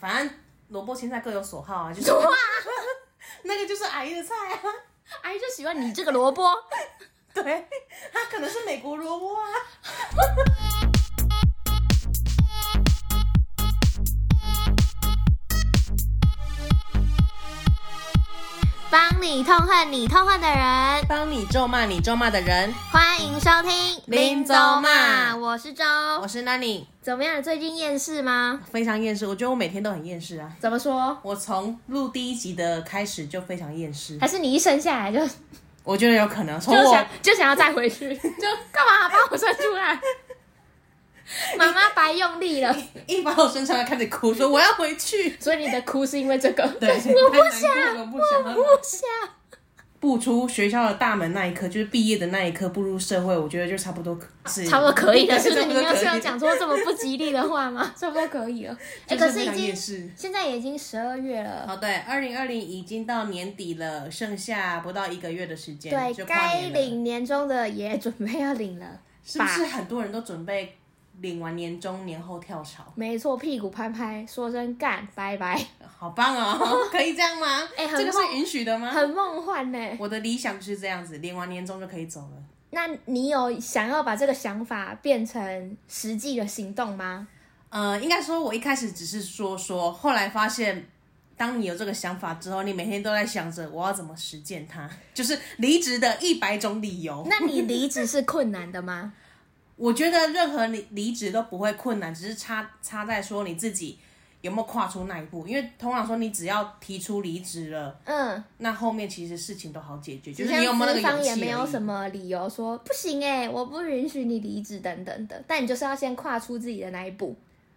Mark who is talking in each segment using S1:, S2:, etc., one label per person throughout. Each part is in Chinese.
S1: 反正萝卜青菜各有所好啊，就是 那个就是阿姨的菜啊，
S2: 阿姨就喜欢你这个萝卜。
S1: 对，它可能是美国萝卜啊。
S2: 帮你痛恨你痛恨的人，
S1: 帮你咒骂你咒骂的人，
S2: 欢迎收听
S1: 林州骂
S2: 我是周。
S1: 我是 Nanny，
S2: 怎么样？最近厌世吗？
S1: 非常厌世，我觉得我每天都很厌世啊。
S2: 怎么说？
S1: 我从录第一集的开始就非常厌世，
S2: 还是你一生下来就就
S1: 我觉得有可能从我
S2: 想就想要再回 去，就干嘛把我生出 来？妈妈白用力了，
S1: 一把我生出来开始哭，说我要回去。
S2: 所以你的哭是因为这个。
S1: 对，
S2: 我不
S1: 太难
S2: 想，
S1: 过
S2: 我
S1: 了不想
S2: 不想。
S1: 步出学校的大门那一刻，就是毕业的那一刻，步入社会，我觉得就差不多是
S2: 差不多可以了，
S1: 对
S2: 是不是？
S1: 差
S2: 你
S1: 多
S2: 刚刚
S1: 可
S2: 是
S1: 以
S2: 要讲出这么不吉利的话吗？差不多可以了。哎、
S1: 就
S2: 可
S1: 是
S2: 是
S1: 非
S2: 已
S1: 常
S2: 经
S1: 厌世。
S2: 现在已经十二月了，
S1: 哦，对，二零二零已经到年底了，剩下不到一个月的时间，
S2: 对
S1: 就跨
S2: 该
S1: 年了，
S2: 领年终的也 准备要领了，
S1: 是不是很多人都准备领完年终年后跳槽？
S2: 没错，屁股拍拍，说声干，拜拜，
S1: 好棒 哦，可以这样吗？
S2: 哎很
S1: 这个是允许的吗？
S2: 很梦幻呢、
S1: 啊我的理想就是这样子，领完年终就可以走了。
S2: 那你有想要把这个想法变成实际的行动吗？
S1: 呃，应该说，我一开始只是说说，后来发现，当你有这个想法之后，你每天都在想着我要怎么实践它，就是离职的一百种理由。
S2: 那你离职是困难的吗？
S1: 我觉得任何离离职都不会困难，只是差差在说你自己有没有跨出那一步。因为通常说你只要提出离职了，
S2: 嗯，
S1: 那后面其实事情都好解 决，就
S2: 就是
S1: 你有没有那个勇
S2: 方
S1: 气
S2: 也
S1: 而已。
S2: 没有什么理由说不行哎、我不允许你离职等等的，但你就是要先跨出自己的那一步。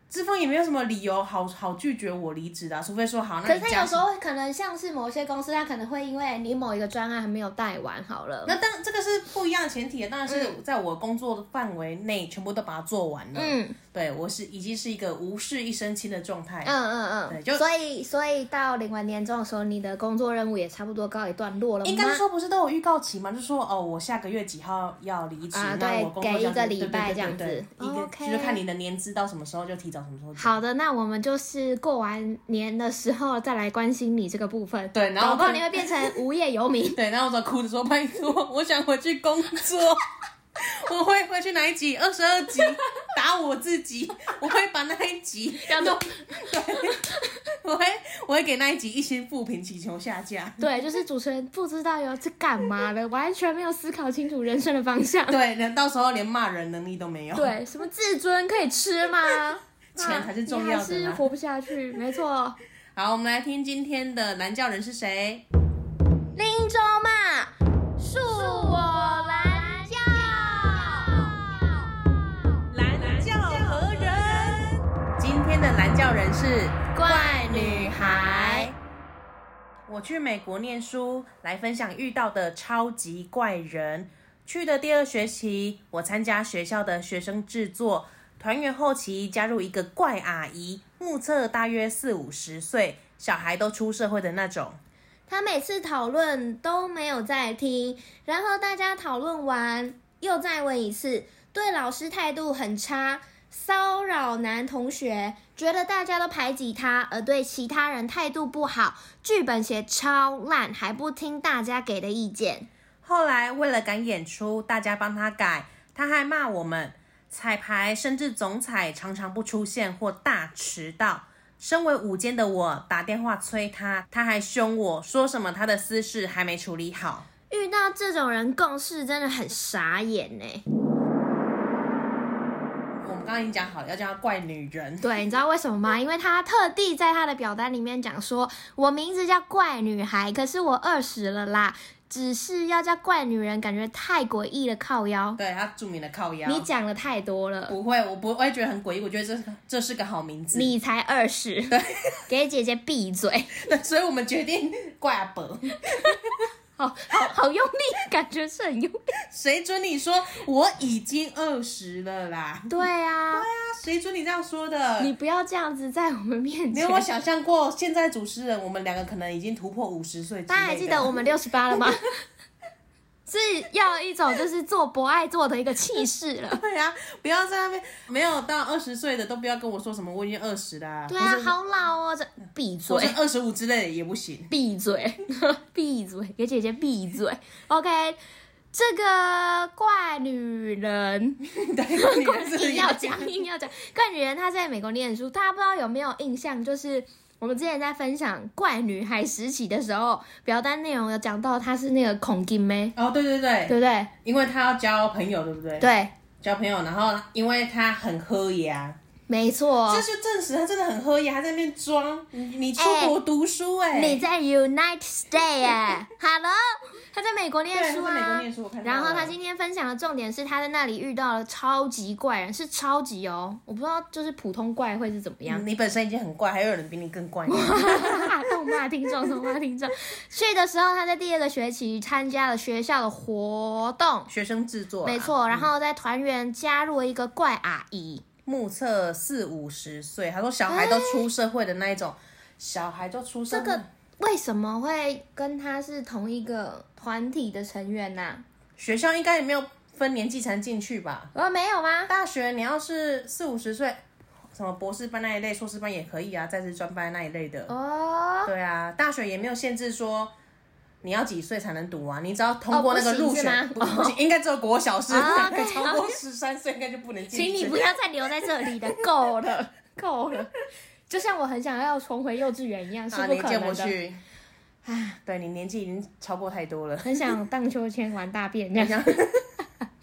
S1: 资方也没有什么理由好好拒绝我离职的啊、除非说好，那
S2: 可是
S1: 你
S2: 他
S1: 加
S2: 有时候可能像是某些公司，他可能会因为你某一个专案还没有带完，好了，
S1: 那当这个是不一样的前提，当然是在我工作的范围内全部都把它做完了。
S2: 嗯
S1: 对我是已经是一个无事一身轻的状态。
S2: 嗯嗯
S1: 对
S2: 嗯，
S1: 就
S2: 所以所以到领完年终的时候，你的工作任务也差不多告一段落了吗？
S1: 应该是哎说不是都有预告期嘛，就说哦，我下个月几号要离职，
S2: 啊
S1: 那
S2: 对
S1: 我工作这样子
S2: 给一个礼拜
S1: 对对对对对
S2: 这样子
S1: 一个
S2: OK
S1: 就是看你的年资到什么时候就提早什么时候。
S2: 好的，那我们就是过完年的时候再来关心你这个部分。
S1: 对然后
S2: 搞不好
S1: 可能。
S2: 你会变成无业游民
S1: 对，然后我就哭着说：“拜托，我想回去工作。 我会回去哪一集？二十二集打我自己，我会把那一集
S2: 要做
S1: 对，我会我会给那一集一星负评，祈求下架。
S2: 对，就是主持人不知道要是干嘛的，完全没有思考清楚人生的方向。
S1: 对，连到时候连骂人能力都没有。
S2: 对，什么自尊可以吃吗？
S1: 钱才是重要的
S2: 啊
S1: 呢
S2: 你还是活不下去，没错。
S1: 好，我们来听今天的蓝教人是谁？
S2: 林州嘛，恕我蓝教，
S1: 蓝教何人？今天的蓝教人是
S2: 怪
S1: 女孩。我去美国念书，来分享遇到的超级怪人。去的第二学期，我参加学校的学生制作团员后期，加入一个怪阿姨，目测大约四五十岁，小孩都出社会的那种。
S2: 他每次讨论都没有在听，然后大家讨论完又再问一次，对老师态度很差，骚扰男同学，觉得大家都排挤他，而对其他人态度不好，剧本写超烂，还不听大家给的意见。
S1: 后来为了赶演出，大家帮他改，他还骂我们彩排，甚至总彩常常不出现或大迟到。身为午间的我打电话催他，他还凶我说什么他的私事还没处理好。
S2: 遇到这种人共事真的很傻眼欸呢、
S1: 我们刚刚已经讲好了，要叫他怪女人。
S2: 对，你知道为什么吗？因为他特地在他的表单里面讲说，我名字叫怪女孩，可是我二十了啦，只是要叫怪女人，感觉太诡异了，靠腰。
S1: 对他著名的靠腰，
S2: 你讲的太多了，
S1: 不会，我不会觉得很诡异，我觉得这是这是个好名字。
S2: 你才二十，给姐姐闭嘴，
S1: 对， 所以我们决定怪阿伯。
S2: 好好好用力，感觉是很用力。
S1: 谁准你说我已经二十了啦？
S2: 对啊，
S1: 谁准你这样说的？
S2: 你不要这样子在我们面
S1: 没有我啊
S2: 前。
S1: 想象过，现在主持人我们两个可能已经突破五十岁之类的。啊
S2: 大家还记得我们六十八了吗？是要一种就是做博爱做的一个气势了。
S1: 对啊，不要在那边没有到二十岁的都不要跟我说什么我已经二十啦，
S2: 对
S1: 或
S2: 啊，
S1: 是
S2: 好老哦，这闭
S1: 或是
S2: 嘴，
S1: 二十五之类的也不 行。
S2: 闭嘴，闭嘴，给姐姐闭嘴。OK，这个怪女 人，
S1: 对，
S2: 怪
S1: 你是
S2: 硬要讲， 硬要讲，怪女人她在美国念书，大家不知道有没有印象，就是。我们之前在分享怪女孩时期的时候，表单内容有讲到她是那个孔金妹，
S1: 哦，对对对，
S2: 对不对？
S1: 因为他要交朋友，对不对？
S2: 对，
S1: 交朋友，然后因为他很喝牙，
S2: 没错
S1: 这。就证实他真的很喝牙，他在那边装。你你出国读书哎、
S2: 你在 United States 哎，Hello，他在美国念
S1: 对，
S2: 书
S1: 他在美国
S2: 啊。
S1: 念书，我看到了。
S2: 然后他今天分享的重点是他在那里遇到了超级怪人，是超级哦，我不知道就是普通怪会是怎么样。
S1: 嗯你本身已经很怪，还有人比你更怪。
S2: 痛 骂听众，痛骂听众。去的时候，他在第二个学期参加了学校的活动，
S1: 学生制作、啊
S2: 没，错。然后在团员加入了一个怪阿姨，
S1: 目测四五十岁，他说小孩都出社会的那一种，小孩就出社
S2: 这
S1: 会。
S2: 个为什么会跟他是同一个团体的成员呐、
S1: 学校应该也没有分年纪才能进去吧？
S2: 我说哦没有吗？
S1: 大学你要是四五十岁，什么博士班那一类、硕士班也可以啊，在职专班那一类的。
S2: 哦，
S1: 对啊，大学也没有限制说你要几岁才能读啊，你只要通过那个
S2: 哦不行
S1: 入
S2: 是吗
S1: 学，不不行，应该只有国小是，
S2: 哦对
S1: 超过十三岁应该就不能进去。
S2: 请你不要再留在这里了，够了，够了。 就像我很想要重回幼稚园一样，是
S1: 啊，
S2: 不
S1: 你
S2: 可
S1: 见不
S2: 能的。
S1: 去，
S2: 唉
S1: 对你年纪已经超过太多了，
S2: 很想荡秋千、玩大便这样。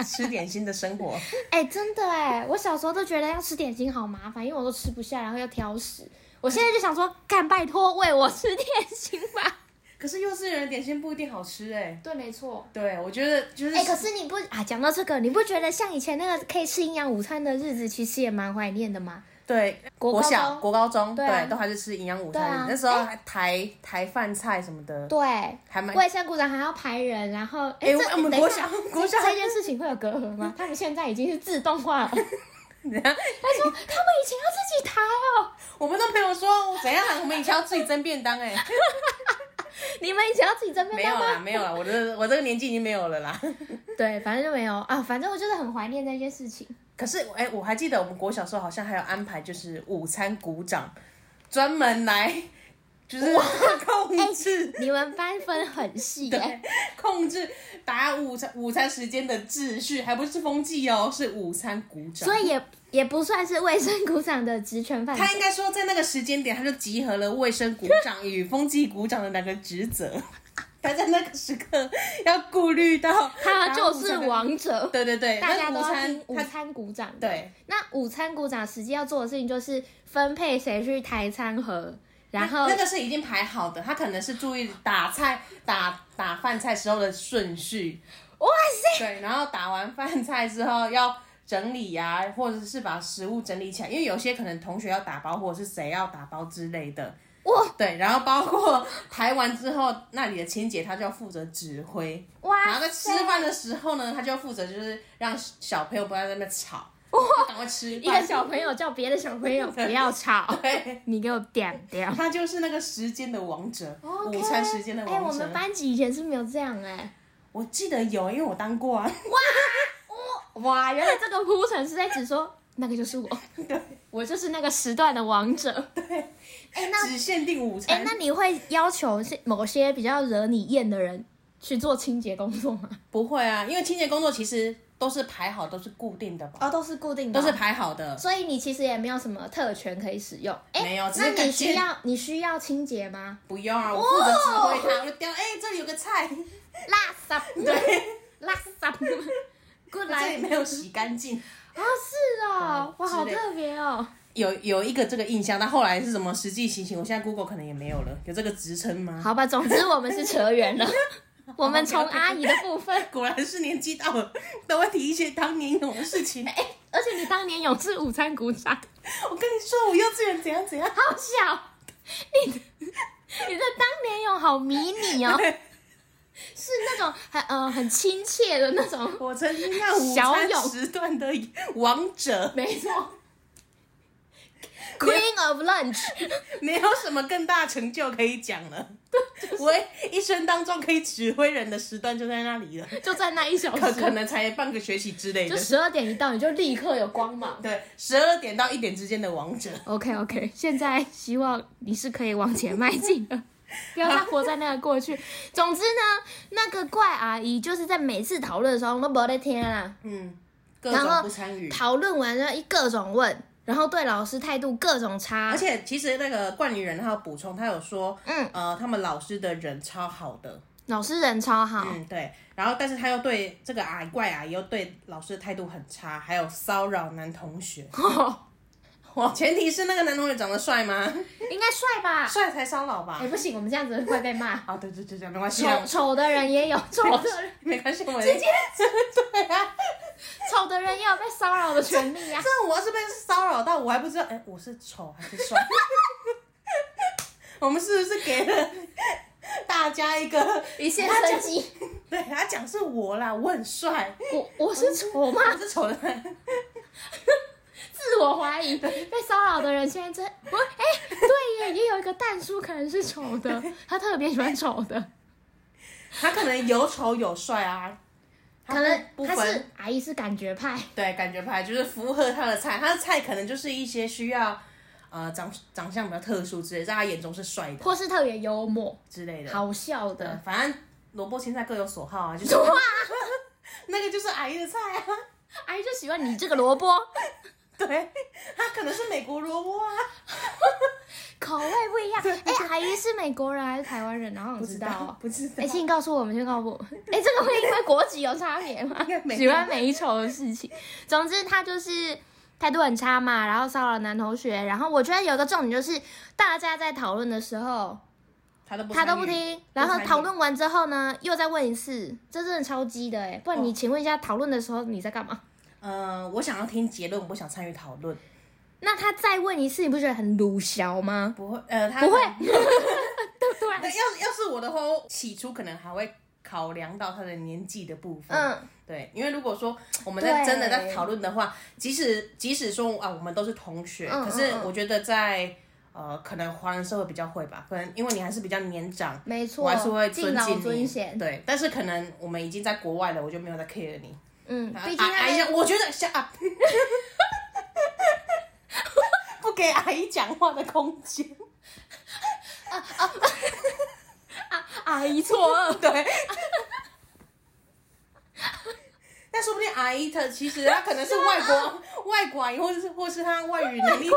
S1: 吃点心的生 活。
S2: 哎、真的哎，我小时候都觉得要吃点心好麻烦，因为我都吃不下，然后要挑食。我现在就想说，干拜托喂我吃点心吧。
S1: 可是幼稚园的点心不一定好吃哎、
S2: 对，没错。
S1: 对，我觉得就是，
S2: 哎、可是你不啊？讲到这个，你不觉得像以前那个可以吃营养午餐的日子，其实也蛮怀念的吗？
S1: 对
S2: 国高
S1: 小、
S2: 中
S1: 国高中，
S2: 对啊
S1: 都还是吃营养午
S2: 对啊
S1: 餐，那时候
S2: 哎
S1: 还台台饭菜什么的，
S2: 对，
S1: 还蛮。
S2: 卫生股长还要排人，然后哎、
S1: 哎，
S2: 这
S1: 我们
S2: 等一
S1: 国
S2: 下
S1: 小国小
S2: 这件事情会有隔 阂吗？他们现在已经是自动化了。他说他们以前要自己抬哦，
S1: 我们都没有说哦怎样，我们以前要自己蒸便 当哎、
S2: 你们以前要自己蒸
S1: 没
S2: 便
S1: 有
S2: 当吗？
S1: 啦，没有啦，我这我这个年纪已经没有了啦。
S2: 对，反正就没有啊，反正我就是很怀念那件事情。
S1: 可是哎、我还记得我们国小时候好像还有安排，就是午餐鼓掌，专门来就是 控制、
S2: 你们班分很细耶、
S1: 控制打午餐午餐时间的秩序，还不是风纪哦，是午餐鼓掌。
S2: 所以也也不算是卫生股长的职权范围。
S1: 他应该说，在那个时间点，他就集合了卫生股长与风纪股长的两个职责。他在那个时刻要顾虑到
S2: 他就是王者，
S1: 对对对，
S2: 大家
S1: 那午
S2: 都要听
S1: 餐
S2: 午
S1: 他
S2: 餐股长。，
S1: 对，
S2: 那午餐股长实际要做的事情就是分配谁去抬餐盒，然后
S1: 那个是已经排好的，他可能是注意打菜打打饭菜时候的顺序，
S2: 哇塞，
S1: 对，然后打完饭菜之后要。整理呀、或者是把食物整理起来，因为有些可能同学要打包，或者是谁要打包之类的。
S2: 哇
S1: 对，然后包括排完之后，那里的清洁他就要负责指挥，然后
S2: 哇
S1: 在吃
S2: 塞，
S1: 饭的时候呢，他就要负责就是让小朋友不要在那边吵，就赶快吃
S2: 一个
S1: 饭。
S2: 小朋友叫别的小朋 友不要吵，
S1: 对，
S2: 你给我点掉。
S1: 他就是那个时间的王者
S2: OK
S1: 午餐时间的
S2: 哎、我
S1: 王者。
S2: 们班级以前是没有这样哎、
S1: 我记得有，因为我当过啊。
S2: 哇，原来这个铺陈是在指说，那个就是 我，我就是那个时段的王者。对，哎、那
S1: 只限定午
S2: 哎、
S1: 餐。
S2: 那你会要求是某些比较惹你厌的人去做清洁工作吗？
S1: 不会啊，因为清洁工作其实都是排好，都是固定的吧，
S2: 哦，都是固定
S1: 都是，排好的。
S2: 所以你其实也没有什么特权可以使用。哎、
S1: 没有只
S2: 那
S1: 是
S2: 你
S1: 感
S2: 需
S1: 觉
S2: 要你需要清洁 吗？
S1: 不用啊，我负责指挥他，我就叼，哎、这里有个菜，
S2: 垃圾，对，垃 圾。Good
S1: 这里
S2: life
S1: 没有洗干净。
S2: 啊、是哦，
S1: 对
S2: 哇，好
S1: 之类
S2: 特别哦。
S1: 有有一个这个印象，但后来是什么实际情形，我现在 Google 可能也没有了，有这个职称吗？
S2: 好吧，总之我们是扯远 了，我们从阿姨的部分。
S1: 果然是年纪到了，都会提一些当年有的事情。
S2: 哎、而且你当年有吃午餐鼓掌，
S1: 我跟你说，我幼稚园怎样怎样，
S2: 好小，你你的当年有好迷你哦， 是那种很呃很亲切的那种，
S1: 我曾经让午
S2: 小
S1: 餐
S2: 勇
S1: 时段的王者，
S2: 没错。
S3: Queen of Lunch。
S1: 没有什么更大成就可以讲了。我一生当中可以指挥人的时段就在那里了，
S2: 就在那一小
S1: 可可
S2: 时，
S1: 能才半个学期之类
S2: 就
S1: 的。
S2: 十二点一到，你就立刻有光芒。
S1: 对，十二点到一点之间的王者。
S2: OK OK，现在希望你是可以往前迈进 的，不要再活在那个过去。
S3: 总之呢，那个怪阿姨就是在每次讨论的时候都没得听
S2: 啊
S3: 啦，
S1: 嗯，各
S3: 然
S1: 种
S3: 后
S1: 不参与。
S3: 讨论完了各种问，然后对老师态度各种差
S1: 而，且其实那个冠女人她有补充，她有说，
S3: 嗯，
S1: 呃，他们老师的人超好的，
S3: 老师人超好，
S1: 嗯，对。然后，但是她又对这个阿姨怪阿啊姨又对老师的态度很差，还有骚扰男同学。 哇，前提是那个男同学长得帅吗？
S2: 应该帅吧？
S1: 帅才骚扰吧
S2: 哎、。不行，我们这样子会被骂。
S1: 啊，对对对对，没关系啊
S2: 丑，丑的人也有， 丑的人
S1: 没关系，我直接 对啊。
S2: 丑的人也有被骚扰的权利 啊呀、
S1: 这我要是被骚扰到，我还不知道，哎、我是丑还是帅？ 我们是不是给了大家一个
S2: 一线生机。
S1: 对他讲是我啦，我很帅，
S2: 我我是丑吗？
S1: 我是丑的，
S2: 自我怀疑，被骚扰的人现在真我哎、对耶，也有一个蛋叔可能是丑的，他特别喜欢丑的，
S1: 他可能有丑有帅啊，他
S2: 可能
S1: 不不
S2: 他是
S1: 分
S2: 阿姨是感觉派，
S1: 对感觉派就是符合他的菜，他的菜可能就是一些需要呃长长相比较特殊之类，在他眼中是帅的
S2: 或是特别幽默、
S1: 之类的。
S2: 好笑
S1: 对
S2: 的，
S1: 反正萝卜青菜各有所好啊，就是
S2: 哇
S1: 那个就是阿姨的菜啊，
S2: 阿姨就喜欢你这个萝卜，
S1: 对，他可能是美国萝卜啊，
S2: 口味不一样。哎、阿姨是美国人还是台湾人？然后我知道哦。
S1: 不知道
S2: 哎、，请你告诉我们，请你 告诉我们，哎、这个会因为国籍有差别吗？
S1: 应该没有
S2: 喜欢美丑的事情。总之，他就是态度很差嘛，然后骚扰男同学。然后我觉得有一个重点就是，大家在讨论的时候，
S1: 他都不
S2: 他都不
S1: 参与
S2: 听，然后讨论完之后呢，又再问一次，这真的超鸡的哎、不然你请问一下，讨论的时候你在干嘛？
S1: 呃，我想要听结论，我不想参与讨论。
S2: 那他再问一次，你不觉得很鲁 小吗？
S1: 不会，呃，他
S2: 不会，
S1: 对要是要是我的话，我起初可能还会考量到他的年纪的部分。
S2: 嗯，
S1: 对，因为如果说我们在
S2: 对
S1: 真的在讨论的话，即使即使说啊，我们都是同学，
S2: 嗯
S1: 可是
S2: 嗯嗯
S1: 我觉得在呃，可能华人社会比较会吧，可能因为你还是比较年长。
S2: 没错，
S1: 我还是会
S2: 敬
S1: 尊
S2: 老
S1: 敬你，
S2: 尊贤。
S1: 对，但是可能我们已经在国外了，我就没有再 care 你。
S2: 嗯，
S1: 啊
S2: 毕竟
S1: 啊
S2: 他
S1: 阿姨
S2: 在
S1: 讲，我觉得啊 shut up，不给阿姨讲话的空间。啊
S2: 阿姨错愕。
S1: 对。但说不定阿姨她其实她可能是外 国外国阿姨，或者是或是她外语能力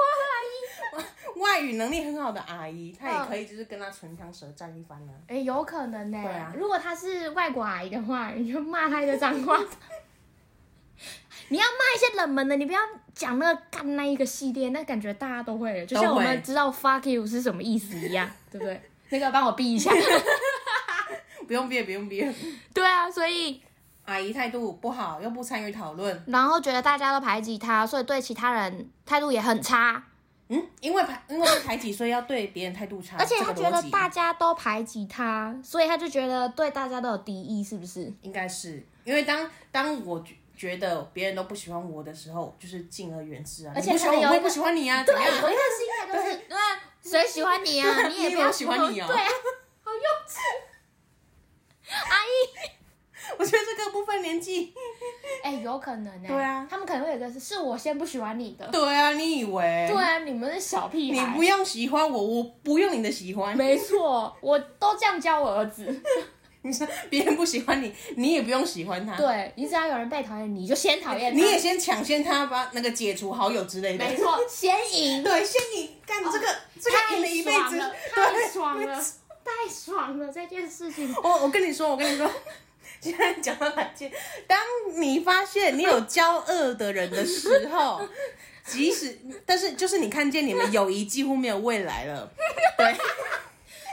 S1: 外语能力很好的阿姨，她也可以就是跟她唇枪舌战一番啊呢、
S2: 哎、有可能呢、
S1: 对啊
S2: 如果她是外国阿姨的话，你就骂她的脏话。 你要骂一些冷门的，你不要讲那个干那一个系列，那感觉大家都会了，就像
S1: 都
S2: 我
S1: 会
S2: 们知道 fuck you 是什么意思一样，对不对？那个帮我避一下。
S1: 不用憋，不用憋。
S2: 对啊，所以
S1: 阿姨态度不好，又不参与讨论。
S2: 然后觉得大家都排挤她，所以对其他人态度也很差，
S1: 嗯，因为排因为被排挤，所以要对别人态度差。
S2: 而且她
S1: 这
S2: 觉
S1: 个
S2: 得
S1: 逻辑
S2: 大家都排挤她，所以她就觉得对大家都有敌意，是不是？
S1: 应该是因为当当我觉觉得别人都不喜欢我的时候，就是敬而远之啊。
S2: 而
S1: 你
S2: 且
S1: 不喜欢
S2: 可能
S1: 我，我
S2: 有一
S1: 也
S2: 个
S1: 不喜欢你啊，怎样？
S2: 有一个心态就是，对啊，谁喜欢你啊？你也
S1: 你
S2: 不
S1: 也
S2: 要
S1: 不喜欢你哦
S2: 对啊，好幼 稚。阿姨，
S1: 我觉得这个不分年纪。
S2: 哎、有可能哎、
S1: 对啊
S2: 他们可能会有一个是是我先不喜欢你的，
S1: 对啊，你以为？
S2: 对啊，你们是小屁
S1: 你
S2: 孩，
S1: 不用喜欢我，我不用你的喜欢。
S2: 没错，我都这样教我儿子。
S1: 你说别人不喜欢你，你也不用喜欢他。
S2: 对你只要有人被讨厌，你就先讨厌他，
S1: 你也先抢先他把那个解除好友之类的。
S2: 没错，先赢，
S1: 对，先你干这个，这个赢了一辈
S2: 太
S1: 子
S2: 爽了，。太
S1: 对，
S2: 爽了，太爽了，这件事情
S1: 我我跟你说，我跟你说，现在讲到哪件？当你发现你有骄傲的人的时候，即使但是就是你看见你们友谊几乎没有未来了，对，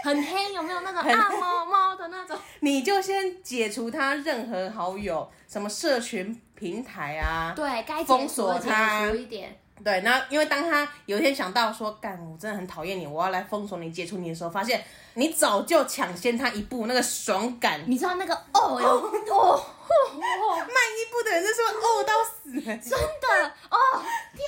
S2: 很黑，有没有那种啊猫猫的那种？
S1: 你就先解除他任何好友，什么社群平台啊，
S2: 对，该
S1: 封
S2: 解锁
S1: 锁
S2: 的解
S1: 他
S2: 锁一点。
S1: 对，那因为当他有一天想到说，干，我真的很讨厌你，我要来封锁你、解除你的时候，发现你早就抢先他一步，那个爽感，慢
S2: 你知道那个哦哟哦哦哦，
S1: 哦一步的人就是会怄到死、
S2: 真的哦，天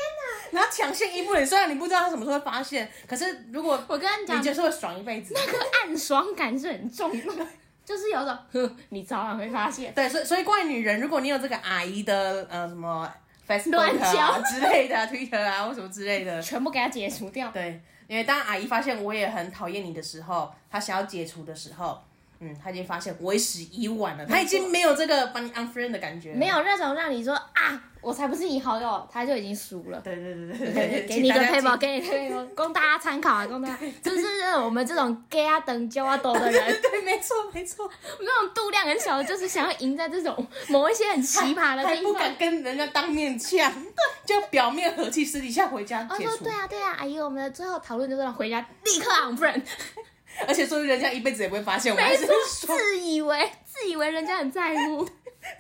S2: 哪！
S1: 然后抢先一步，你虽然你不知道他什么时候会发现，可是如果
S2: 我跟你讲
S1: 你，就是会爽一辈子。
S2: 那个暗爽感是 很重的，就是有种，呵，你早晚会发现。
S1: 对，所以所以怪女人，如果你有这个阿姨的呃什么 Facebook
S2: 乱
S1: 啊
S2: 交
S1: 之类的、Twitter 啊或什么之类的，
S2: 全部给它解除掉，
S1: 对，因为当阿姨发现我也很讨厌你的时候，她想要解除的时候，嗯，她已经发现为时已晚了，她已经没有这个把你 unfriend 的感觉，
S2: 没。有那种让你说啊，我才不是你好友，他就已经输了。
S1: 对对对对 对，
S2: 给你一个
S1: 请大家
S2: paper，给你一个 paper，供大家 参考啊，供大家，就是我们这种 gay 啊等交啊斗的人，
S1: 记 对，没错没错，
S2: 我们这种度量很小的，就是想要赢在这种某一些很奇葩的
S1: 还
S2: 地
S1: 不
S2: 方
S1: 敢。跟人家当面呛，就表面和气，私底下回家
S2: 哦，
S1: 解
S2: 说
S1: 除
S2: 对，啊对啊，阿姨，我们的最后讨论就是让回家立刻 unfriend，
S1: 而且说人家一辈子也不会发现，我还
S2: 没
S1: 是
S2: 错，
S1: 说
S2: 自以为自以为人家很在 乎，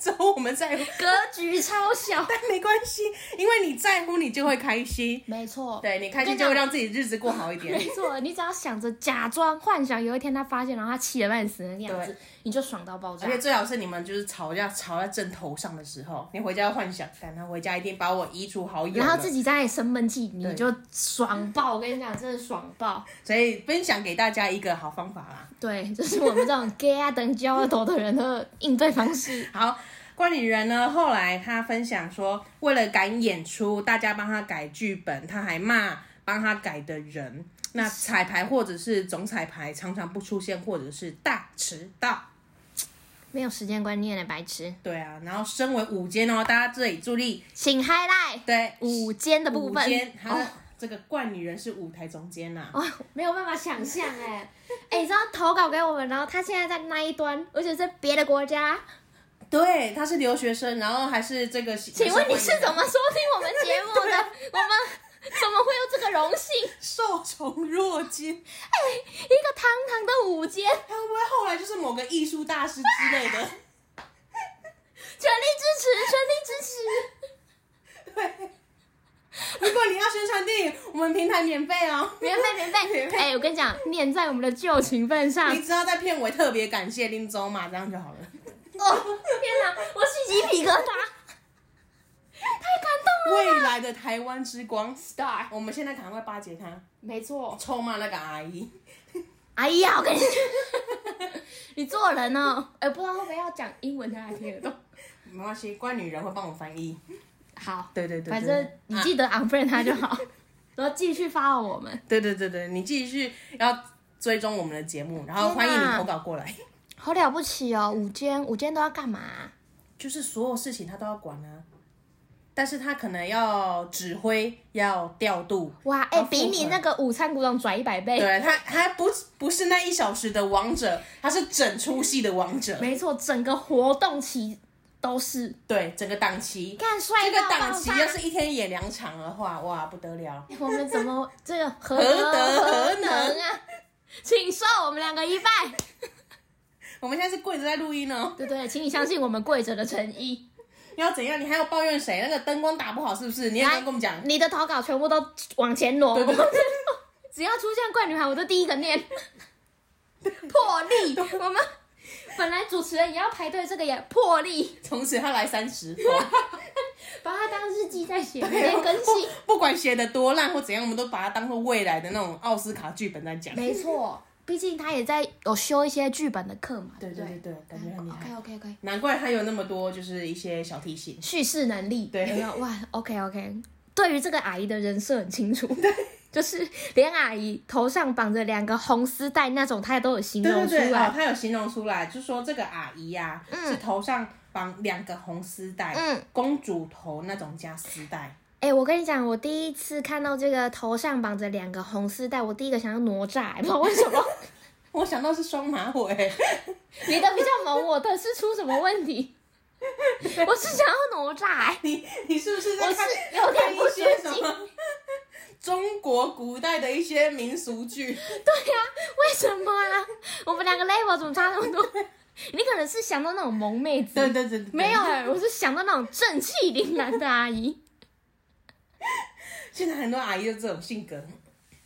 S1: 之后我们在乎，
S2: 格局超小。
S1: 但哎没关系，因为你在乎，你就会开心，
S2: 没错，
S1: 对你开
S2: 我跟
S1: 心
S2: 你
S1: 就
S2: 讲
S1: 会让自己日子过好一点
S2: 没。错，你只要想着假装幻想，有一天他发现，然后他气得半死的那样子
S1: 对，
S2: 你就爽到爆炸
S1: 而。且最好是你们就是吵架吵在正头上的时候，你回家要幻想，干他回家一定把我移除好友了。
S2: 然后自己在那里生闷气，
S1: 对
S2: 你就爽爆！我跟你讲，真的爽爆！
S1: 所以分享给大家一个好方法啦。
S2: 对，这是我们这种 gay 啊等交头的人的应对方式。
S1: 好，关女人呢，后来她分享说，为了赶演出，大家帮她改剧本，她还骂帮她改的人。那彩排或者是总彩排常常不出现，或者是大迟到。
S2: 没有时间观念的白痴，
S1: 对啊，然后身为午间哦，大家这里注意，
S2: 请 highlight
S1: 对，
S2: 午间的部
S1: 午
S2: 分。
S1: 间，她的
S2: 哦
S1: 这个冠女人是舞台中间呐、
S2: 哦，没有办法想象 哎，哎，你知道投稿给我们，然后他现在在那一端，而且是别的国家，
S1: 对，他是留学生，然后还是这个。
S2: 请问你是怎
S1: 么
S2: 么收听我们节 目的？我们怎么会有这个荣幸？
S1: 受宠若惊？
S2: 一个堂堂的午间，
S1: 他会不会后来就是某个艺术大师之类的？
S2: 全力支持，全力支持。
S1: 对。 如果你要宣传电影，我们平台免费哦。
S2: 免费免费！ 哎、我跟你讲，念在我们的旧情份 上。
S1: 你只要在片尾特别感谢林州嘛，这样就 好了。
S2: 哦，天哪，我起鸡皮疙瘩，太感动了。
S1: 未来的台湾之光
S2: Star，
S1: 我们现在赶快巴结他，
S2: 没错。
S1: 臭骂那个阿姨。
S2: 哎呀，我跟你讲， 你做人哦， 哎、不知道会不会要讲英文，大家听得懂。
S1: 没关系，关女人会帮我翻译。啊
S2: 好，
S1: 对对对对
S2: 反正你记得 unfriend 他就 好，然后继续发我们。
S1: 对对对对，你继续要追踪我们的节目，然后欢迎
S2: 天
S1: 你
S2: 哪
S1: 投稿过来。
S2: 好了不起哦，午间午间都要干嘛、
S1: 就是所有事情他都要管啊，但是他可能要指挥，要调度，
S2: 哇，哎、
S1: 要复
S2: 比你
S1: 合
S2: 那个午餐古董拽一百倍。
S1: 对他他不不是那一小时的王者，他是整出戏的王者，
S2: 没错，整个活动期都是
S1: 对整个档期，
S2: 干帅
S1: 这个
S2: 到爆炸。
S1: 档期要是一天演两场的话，哇不得了，
S2: 我们怎么这个何
S1: 何德
S2: 何
S1: 何能
S2: 啊？请受我们两个一拜，
S1: 我们现在是跪着在录音哦，
S2: 对对，请你相信我们跪着的诚意。
S1: 要怎样？你还要抱怨谁？那个灯光打不好是不是？你也不要
S2: 来
S1: 跟我们讲，
S2: 你的投稿全部都往前挪，
S1: 对对对
S2: 只要出现怪女孩，我都第一个念。破例，我们本来主持人也要排队，这个也破例，
S1: 从此他来三 十，哦
S2: 把它当日记在写，每天更新。
S1: 不管写的多烂或怎样，我们都把它当做未来的那种奥斯卡剧本在讲，
S2: 没错，毕竟他也在有修一些剧本的课嘛，
S1: 对
S2: 不
S1: 对对对，感觉很厉害。
S2: OK OK OK，
S1: 难怪他有那么多就是一些小提醒。
S2: 叙事能力
S1: 对
S2: 有没有哇？OK OK，对于这个阿姨的人设很清楚，就是连阿姨头上绑着两个红丝带那种，她都有形
S1: 对对
S2: 容出来。
S1: 对，哦，他有形容出来，就说这个阿姨呀、是头上绑两个红丝带，
S2: 嗯
S1: 公主头那种加丝带，
S2: 哎、我跟你讲，我第一次看到这个头上绑着两个红丝带，我第一个想要哪吒、不知道为什么。
S1: 我想到是双马尾，
S2: 你的比较萌，我的是出什么问题？我是想要哪吒、哎
S1: 你你是不是在看
S2: 我是有点
S1: 看
S2: 不
S1: 一些
S2: 舒
S1: 什
S2: 服
S1: 么 中国古代的一些民俗剧？
S2: 对呀、为什么啊？我们两个 level 怎么差那么多？你可能是想到那种萌妹子，
S1: 对对对对，
S2: 没有哎、我是想到那种正气凛然的阿姨。
S1: 现在很多阿姨就这种性格。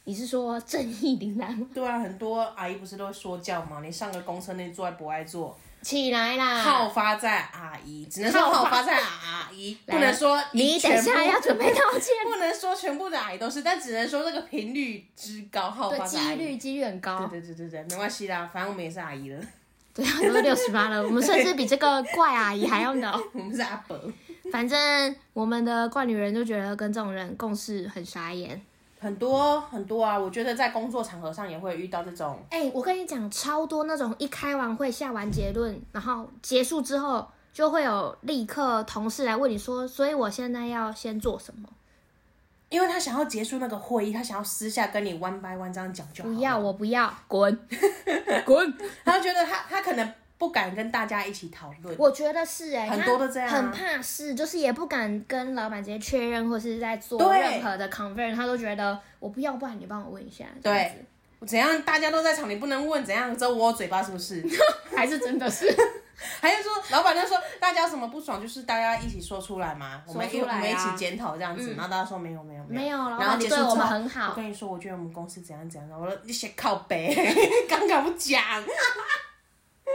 S2: 你是说正义凛然吗？
S1: 对啊，很多阿姨不是都会说教吗？你上个公车那座还不爱坐，
S2: 起来啦！
S1: 好，发在阿姨，只能说好发在阿姨，
S2: 来
S1: 不能说
S2: 你等一
S1: 全部
S2: 下要准备道歉。
S1: 不能说全部的阿姨都是，但只能说这个频率之高，好
S2: 对，
S1: 发在阿
S2: 几
S1: 姨。
S2: 率几率很高，
S1: 对对对对对，没关系啦，反正我们也是阿姨了，
S2: 对啊，都六十八 了，我们甚至比这个怪阿姨还要老。
S1: 我嗯们是啊阿伯，
S2: 反正我们的怪女人就觉得跟这种人共事很傻眼。
S1: 很多很多啊，我觉得在工作场合上也会遇到这种，
S2: 哎、我跟你讲，超多那种一开完会下完结论，然后结束之后就会有立刻同事来问你说，所以我现在要先做什么？
S1: 因为他想要结束那个会议，他想要私下跟你 one by one 这样讲就好了
S2: 不要，我不要，滚，哦 滚！
S1: 他觉得他他可能不敢跟大家一起讨论，
S2: 我觉得是哎、
S1: 很
S2: 他
S1: 多都这样啊
S2: 很怕事，就是也不敢跟老板直接确认，或是在做
S1: 对
S2: 任何的 confirm，他都觉得我不要，不然你帮我问一下，这样
S1: 对，怎样大家都在场，你不能问怎样，只有我有嘴巴是不是？
S2: 子，还是真的是
S1: 还是说老板就说大家有什么不爽，就是大家一起说出来嘛，我们一
S2: 说出来啊嗯
S1: 我们一起检讨这样子，然后大家说没有没有
S2: 没有，老
S1: 然后
S2: 板
S1: 结
S2: 对
S1: 束之
S2: 我
S1: 后
S2: 们很
S1: 我
S2: 好，
S1: 跟你说，我觉得我们公司怎样怎样，然后我说你写靠背， 刚刚不讲，哎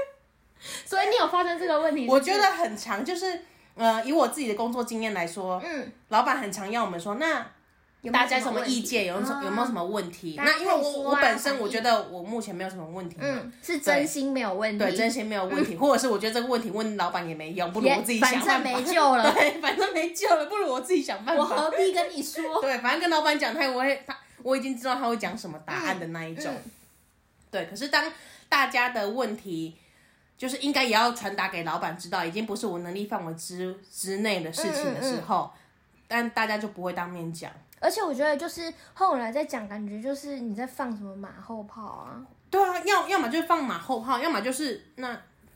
S2: 所以你有发生这个问题是不
S1: 我
S2: 是？
S1: 觉得很长，就是呃，以我自己的工作经验来说，
S2: 嗯，
S1: 老板很常要我们说那。
S2: 有没有
S1: 大家有
S2: 什
S1: 什
S2: 么
S1: 么
S2: 问
S1: 意
S2: 题
S1: 见？有什
S2: 啊
S1: 有没有什么问题？
S2: 大家
S1: 那因为
S2: 可
S1: 我
S2: 以说啊
S1: 我本身
S2: 反
S1: 我
S2: 映
S1: 觉得我目前没有什么问题嘛，
S2: 嗯，是真心没有问题，
S1: 对，真心没有问题，或者是我觉得这个问题问老板也没用，不如
S2: 也
S1: 我自己想办
S2: 反正
S1: 法
S2: 没救了，
S1: 对，反正没救了，不如我自己想办
S2: 我
S1: 法。
S2: 何必跟你说？
S1: 对，反正跟老板讲，他也会他我已经知道他会讲什么答案的那一种。
S2: 嗯
S1: 对，可是当大家的问题就是应该也要传达给老板知道，已经不是我能力范围之之内的事情的
S2: 嗯
S1: 时候，但大家就不会当面讲。
S2: 而且我觉得就是后来在讲，感觉就是你在放什么马后炮啊？
S1: 对啊，要要么就放马后炮，要么就是那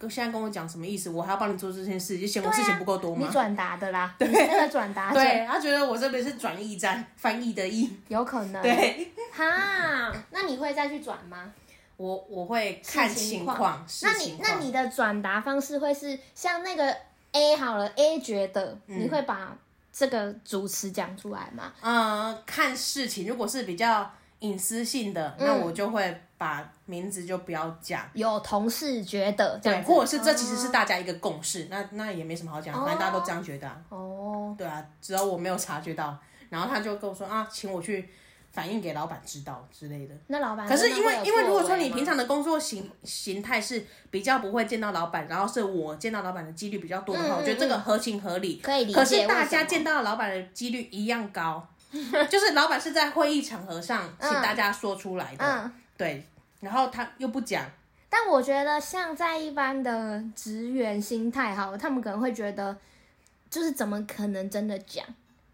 S1: 现在跟我讲什么意思，我还要帮你做这件事，就嫌我事情不够多
S2: 啊你
S1: 吗？
S2: 转达 的啦，你是那个转达者，
S1: 对他觉得我这边是转译站，翻译的译。
S2: 有可能。
S1: 对， 嗯
S2: 哈，那你会再去转吗？
S1: 我我会看
S2: 视
S1: 情
S2: 情
S1: 况，视
S2: 那你
S1: 情
S2: 那
S1: 况
S2: 你的转达方式会是像那个 A 好了，A 觉得
S1: 嗯
S2: 你会把这个主词讲出来吗？
S1: 呃，看事情，如果是比较隐私性的，
S2: 嗯
S1: 那我就会把名字就不要讲。
S2: 有同事觉得这
S1: 对，
S2: 样子，
S1: 或者是这其实是大家一个共识，那那也没什么好讲，
S2: 哦
S1: 反正大家都这样觉得、啊。
S2: 哦，
S1: 对啊，只有我没有察觉到，然后他就跟我说啊，请我去反映给老板知道之类的。
S2: 那老板
S1: 可是
S2: 真的
S1: 因为
S2: 会有
S1: 因为如果说
S2: 作为
S1: 你
S2: 吗
S1: 平常的工作形形态是比较不会见到老板，然后是我见到老板的几率比较多的话，
S2: 嗯嗯
S1: 我觉得这个合情合理。
S2: 可以理解
S1: 可是大
S2: 为什
S1: 家
S2: 么
S1: 见到老板的几率一样高， 就是老板是在会议场合上请
S2: 嗯
S1: 大家说出来的，
S2: 嗯，
S1: 对，然后他又不讲，
S2: 但我觉得，像在一般的职员心态，好了，他们可能会觉得，就是怎么可能真的讲？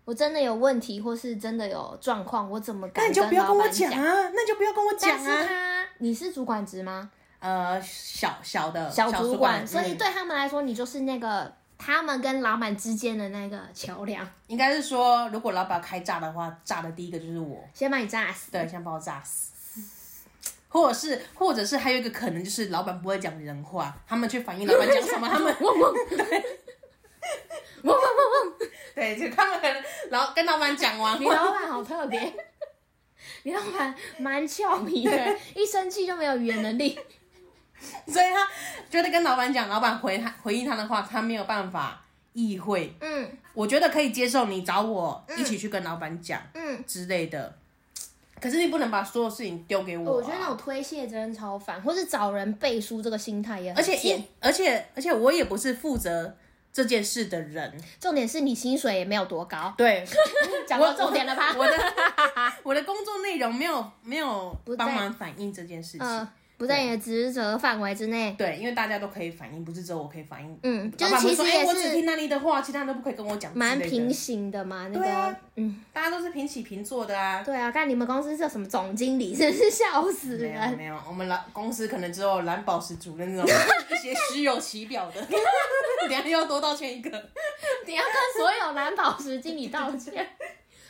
S2: 我真的有问题，或是真的有状况，我怎么
S1: 那
S2: 敢
S1: 你就不要
S2: 老
S1: 跟我
S2: 板
S1: 讲啊，那你就不要跟我讲
S2: 但是
S1: 啊。
S2: 他，你是主管职吗？
S1: 呃，小小的
S2: 小
S1: 主
S2: 主管，所以
S1: 嗯
S2: 对他们来说，你就是那个他们跟老板之间的那个桥梁，
S1: 应该是说，如果老板开炸的话，炸的第一个就是我。
S2: 先把你炸死。
S1: 对，想把我炸死。或者是，或者是还有一个可能就是老板不会讲人话，他们去反映老板讲什么，他们
S2: 嗡嗡，对， 嗡嗡嗡嗡，
S1: 对，就他们可能然后跟老板讲完
S2: 你
S1: 话，
S2: 老板好特别， 你老板蛮俏皮 的，一生气就没有语言能力。
S1: 所以他觉得跟老板讲，老板回他回应他的话，他没有办法意会。
S2: 嗯
S1: 我觉得可以接受你找我一起去跟老板讲
S2: 嗯，
S1: 之类的，可是你不能把所有事情丢给我啊、
S2: 哦我觉得那种推卸责任超烦，或是找人背书这个心态也很
S1: 而且
S2: 贱
S1: 一而且而且我也不是负责这件事的人，
S2: 重点是你薪水也没有多高。
S1: 对，
S2: 讲到重点了吧？
S1: 我的我的工作内容没有没有
S2: 不在
S1: 帮忙反映这件事情。
S2: 嗯、不在你的职责范围之内。
S1: 对，因为大家都可以反映，不是只有我可以反映。
S2: 嗯，就
S1: 老
S2: 是
S1: 板会
S2: 其
S1: 说
S2: 实
S1: 哎
S2: 也
S1: 我只
S2: 是
S1: 听那里的话，其他人都不可以跟我讲。
S2: 蛮平，行的嘛。那
S1: 对
S2: 个
S1: 啊，
S2: 嗯，
S1: 大家都是平起平坐的啊。
S2: 对啊，看你们公司是什么总经理，真是笑死
S1: 没有
S2: 人。
S1: 没有，我们蓝公司可能只有蓝宝石主任 那种一些虚有其表的，等一下又要多道歉一个。
S2: 你要跟所有蓝宝石经理道 歉。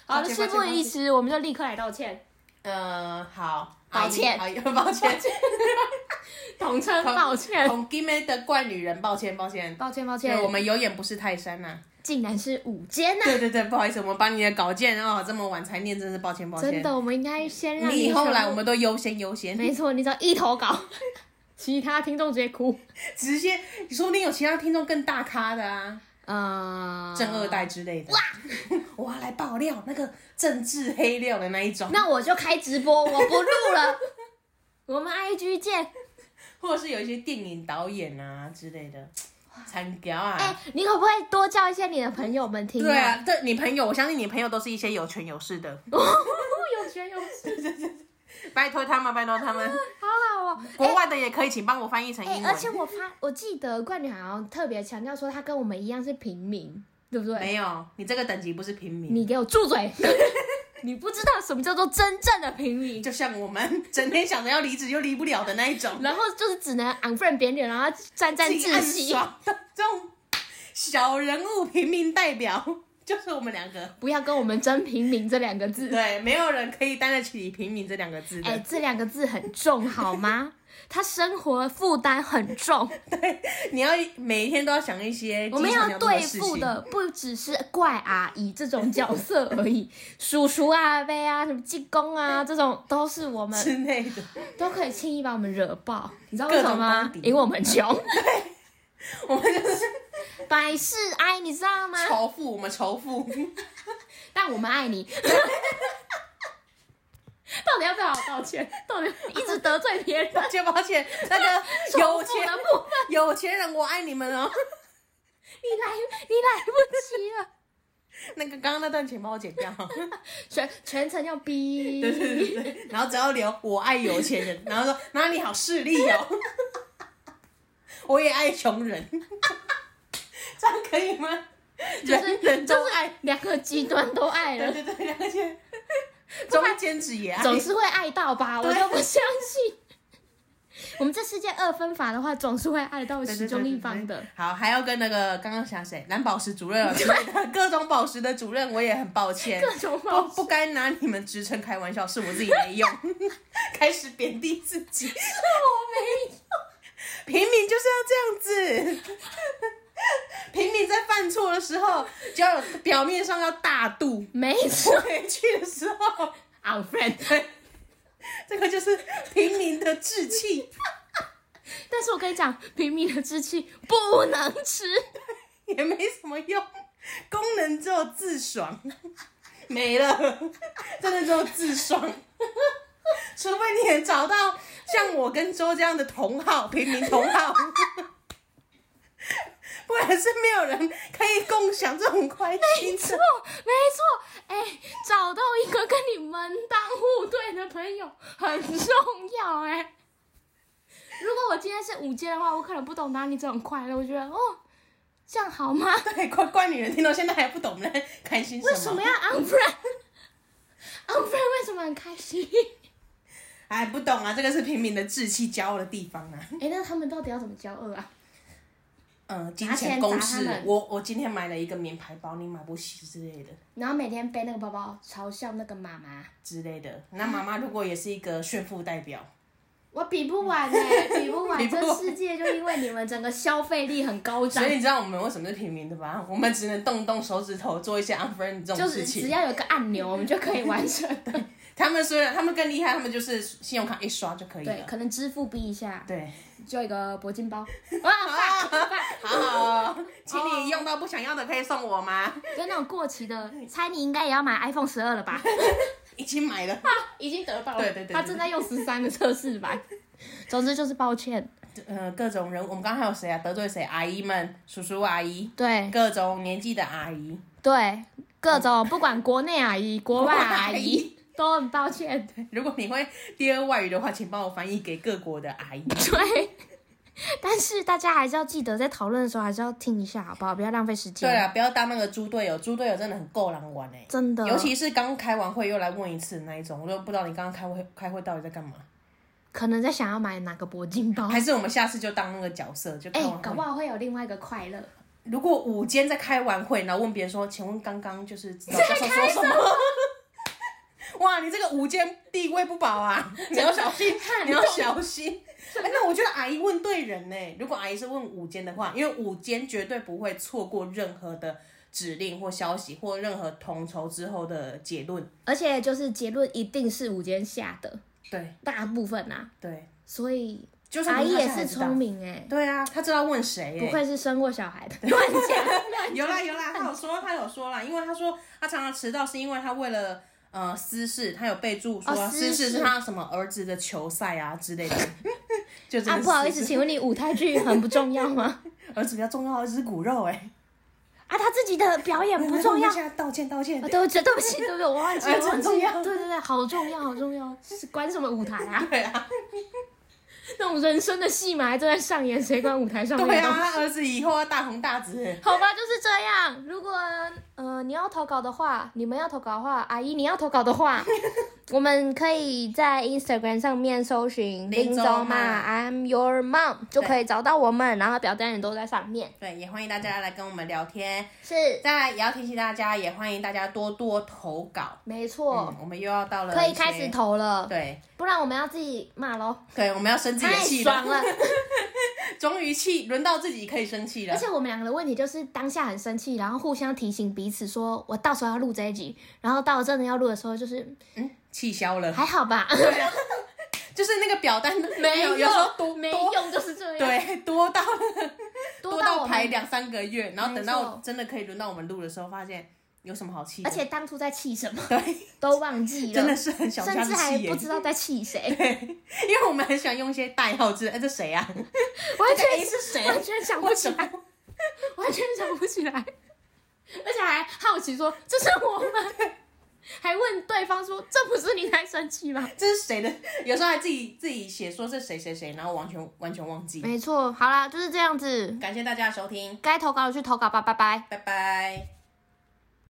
S2: 好
S1: 抱
S2: 了，
S1: 歉
S2: 事
S1: 抱
S2: 不
S1: 歉
S2: 宜迟，我们就立刻来道歉，
S1: 呃，好，
S2: 抱歉
S1: 阿姨 阿姨抱歉，
S2: 统称 抱歉，
S1: 同 g i m 的怪女人，抱歉抱歉。
S2: 抱歉，抱
S1: 对，
S2: 歉，
S1: 我们有眼不识泰山呐、啊
S2: 竟然是午间啊呐。
S1: 对对对，不好意思，我们把你的稿件哦，这么晚才念，真是抱歉抱歉。
S2: 真的，我们应该先让
S1: 你以后
S2: 全
S1: 来，
S2: 部
S1: 我们都优先优先。
S2: 没错，你只要一投稿，其他听众直接哭。
S1: 直接说不定有其他听众更大咖的啊，
S2: 啊、
S1: 正二代之类的。哇， 我要来爆料那个政治黑料的那一种，
S2: 那我就开直播，我不录了。 我们 IG
S1: 啊
S2: 见。
S1: 或者是有一些电影导演啊之类的，惨屌啊！
S2: 哎、你可不可以多叫一些你的朋友们听、
S1: 对啊，，对你朋友，我相信你朋友都是一些有权有势的，
S2: 哦有学有术，
S1: 拜托他们，拜托他们。
S2: 好好哦。
S1: 国外的也可以，请帮我翻译成英
S2: 哎、
S1: 文。
S2: 而且我发，我记得冠女好像特别强调说，她跟我们一样是平民，对不对？
S1: 没有，你这个等级不是平民，
S2: 你给我住嘴！ 你不知道什么叫做真正的平民，
S1: 就像我们 整天想着要离职又离不了的那一种，
S2: 然后就是只能 unfriend 别人，然后沾沾
S1: 自己
S2: 自
S1: 暗
S2: 喜。
S1: 爽的这种小人物平民代表，就是我们两个。
S2: 不要跟我们争平民这两个字，
S1: 对，没有人可以担得起“平民”这两个字的。
S2: 哎、这两个字很重好吗？ 他生活负担很重，
S1: 你要每一天都要想一些
S2: 我们
S1: 鸡肠
S2: 要
S1: 鸟肚
S2: 对
S1: 事
S2: 付
S1: 情
S2: 的不只是怪阿姨这种角色而已，叔叔啊、阿伯啊、什么济公啊，这种都是我们
S1: 之类的。
S2: 都可以轻易把我们惹爆，你知道为什么
S1: 各
S2: 吗
S1: 种？帮底
S2: 因为我 们穷，
S1: 我们就是
S2: 百事哀，你知道吗？
S1: 仇富，我们仇富。
S2: 但我们爱你。到底要不要我道歉？到底一直得罪别人？
S1: 抱歉抱歉，那 个 有钱
S2: 重复的部分，
S1: 有钱人，我爱你们哦。
S2: 你来你来不及了。
S1: 那个刚刚那段请帮我剪掉。
S2: 全全程要逼，
S1: 对对对对，然后只要留我爱有钱人， 然后说哪里好势利哦， 我也爱穷人， 这样可以吗？
S2: 就是
S1: 人人
S2: 就
S1: 都
S2: 是
S1: 爱，
S2: 两个极端都爱
S1: 对
S2: 了，
S1: 对对，而且中间值也爱，
S2: 总是会爱到吧？我
S1: 对
S2: 都不相信。 我们这世界二分法的话，总是会爱到
S1: 对
S2: 其中一方。
S1: 对对对
S2: 的
S1: 对。好，还要跟那个刚刚想谁蓝宝石主任之类的各种宝石的主任，我也很抱歉，
S2: 各种
S1: 不
S2: 方式
S1: 不该拿你们职称开玩笑，是我自己没用， 开始贬低自己。
S2: 我没有，
S1: 平民就是要这样子。平民在犯错的时候，就要有表面上要大度，
S2: 没错
S1: 回去的时 候，
S2: ，our friend。
S1: 对， 这个就是平民的志气，
S2: 但是我跟你讲，平民的志气不能吃。
S1: 也没什么用，功能只有自爽，没了，真的只有自爽。除非你能找到像我跟周这样的同好，平民同好，不然是没有人可以共享这种快乐
S2: 没。错，没错，哎、找到一个跟你门当户对的朋友很重要哎、如果我今天是五阶的话，我可能不懂得你这种快乐，我觉得哦，这样好吗？
S1: 对，哎怪怪女人听到现在还不懂我们在开心
S2: 为什么要 unfriend？unfriend 为什么很开心？
S1: 哎，不懂啊，这个是平民的志气骄傲的地方啊。
S2: 哎、那他们到底要怎么交恶啊？
S1: 嗯，金
S2: 拿钱
S1: 钱
S2: 砸
S1: 公
S2: 他
S1: 式
S2: 们，
S1: 我我今天买了一个名牌包，你买不起之类的
S2: 然后每天背那个包包，嘲笑那个妈妈，
S1: 之类的。那妈妈如果也是一个炫富代 表，
S2: 我比不 完哎、比不
S1: 比不
S2: 完，
S1: 完
S2: 这世界就因为你们整个消费力很高涨
S1: 所以，你知道我们为什么是平民的吧？我们只能动动手指头做一些 unfriend 这
S2: 就
S1: 种
S2: 是
S1: 事情。
S2: 只要有个按钮，我们就可以 完成。
S1: 他们虽然他们更厉害，他们就是信用卡一刷就可以
S2: 对，
S1: 了。
S2: 可能支付逼一下，
S1: 对，
S2: 就一个铂 金包。啊，
S1: 好，请你用到不想要的可以送我吗？
S2: 就那种过期的，猜你应该也要买 iPhone 十二 了吧？
S1: 已经买了。
S2: 已经得到了，
S1: 对对对对
S2: 他正在用十三的测试版。总之就是抱歉，
S1: 呃，各种人，我们刚刚还有谁啊？得罪谁？阿姨们、叔叔阿姨，
S2: 对
S1: 各种年纪的阿姨。
S2: 对，各种不管国内阿姨、国外阿姨都很抱歉。
S1: 如果你会第二外语的话，请帮我翻译给各国的阿姨。
S2: 对，但是大家还是要记得，在讨论的时候还是要听一下，好不好？不要浪费时间。
S1: 对，啊，不要当那个猪队友，猪队友真的很够狼玩哎、
S2: 真的，
S1: 尤其是刚开完会又来问一次那一种，我都不知道你刚刚开会开会到底在干嘛。
S2: 可能在想要买哪个铂金包。
S1: 还是我们下次就当那个角色，就开
S2: 哎、
S1: 完会。
S2: 搞不好会有另外一个快乐。
S1: 如果午间在开完会，然后问别人说：“请问刚刚就是指导教授说什么？” 哇，你这个午间地位不保啊！你要小心，你要小心。哎、那我觉得阿姨问对人呢、如果阿姨是问午间的话，因为午间绝对不会错过任何的指令或消息或任何统筹之后的结论。
S2: 而且就是结论一定是午间下的，
S1: 对
S2: 大部分啊，
S1: 对，
S2: 所以
S1: 就算
S3: 阿
S1: 不
S3: 姨
S1: 是
S3: 也
S1: 他现在
S3: 是
S1: 知道
S3: 聪，明哎、
S1: 对啊，他知道问谁、欸，
S3: 不愧是生过小孩的， 乱讲乱
S1: 有啦有啦，他有说他有说啦，因为他说他常常迟到是因为他为了呃私事，他有备注说、
S3: 哦私
S1: 私
S3: 事
S1: 事是他什么儿子的球赛啊之类的， 就这
S3: 啊！不好意思，请问你舞台剧很不重要 吗？
S1: 儿子比较重要，儿子是骨肉哎、欸，
S3: 啊，他自己的表演不重 要
S1: 我们。现在道歉道歉
S3: 啊，，对不起，对不起，对不起，我忘记了，
S1: 儿子
S3: 忘
S1: 哎很
S3: 记
S1: 重要
S3: 了。
S2: 对对对，好重要，好重要，是管什么舞台啊？
S1: 对啊
S2: 那种人生的戏嘛，还正在上演，谁管舞台上面
S1: 对
S2: 的东
S1: 啊，
S2: 西？
S1: 他儿子以后要大红大紫，
S2: 好吧，就是这样。如果呃你要投稿的话，你们要投稿的话，阿姨你要投稿 的话，
S3: 我们可以在 Instagram 上面搜寻
S1: 林
S3: 州
S1: 州
S3: 嘛
S1: 嘛
S3: ，I'm your mom 就可以找到我们，然后表单也都在上面。
S1: 对，也欢迎大家来跟我们聊天，
S3: 是，
S1: 再来也要提醒大家，也欢迎大家多多投稿，
S2: 没错
S1: 嗯，，我们又要到了
S3: 哦可以
S1: 一些
S3: 开始，投了，
S1: 对
S3: 不然我们要自己骂喽。
S1: 对，我们要生自己
S3: 太
S1: 的啊气
S3: 爽
S1: 了，
S3: 了，
S1: 终于气轮到自己可以生气了
S2: 而，且我们两个的问题就是当下很生气，然后互相提醒彼此说，我到时候要录这一集，然后到了真的要录的时候，就是
S1: 嗯，气消了。
S2: 还好吧，
S1: 就是那个表单 没有，
S2: 用
S1: 有时候多
S2: 没
S1: 多
S2: 用就是这样，，
S1: 对多到
S2: 多
S1: 到
S2: 我
S1: 排
S2: 们，
S1: 两三个月，然后等
S2: 没
S1: 到
S2: 错
S1: 真的可以轮到我们录的时候，发现有什么好气的，
S2: 而且当初在气什么
S1: 对，
S3: 都忘记
S1: 真
S3: 了
S1: 的，是很小
S2: 甚
S1: 家
S2: 至
S1: 子
S2: 还
S1: 气
S2: 不
S1: 耶，
S2: 知道在气谁，
S1: 因为我们很喜欢用一些代号之类，哎，这谁啊？
S2: 完
S1: 这个 A
S2: 全
S1: 是谁啊
S2: 完？全想 不
S1: 为
S2: 起
S1: 什
S2: 来
S1: 么。？
S2: 完全想不起来， 而且还好奇说这是 我吗？还问对方说这不是你在生气吗？
S1: 这是谁的？有时候还自己自己写说是谁谁谁，然后完全完全忘记。
S2: 没错，好啦，就是这样子，
S1: 感谢大家的收听，
S2: 该投稿的去投稿吧，拜拜。
S1: 拜拜。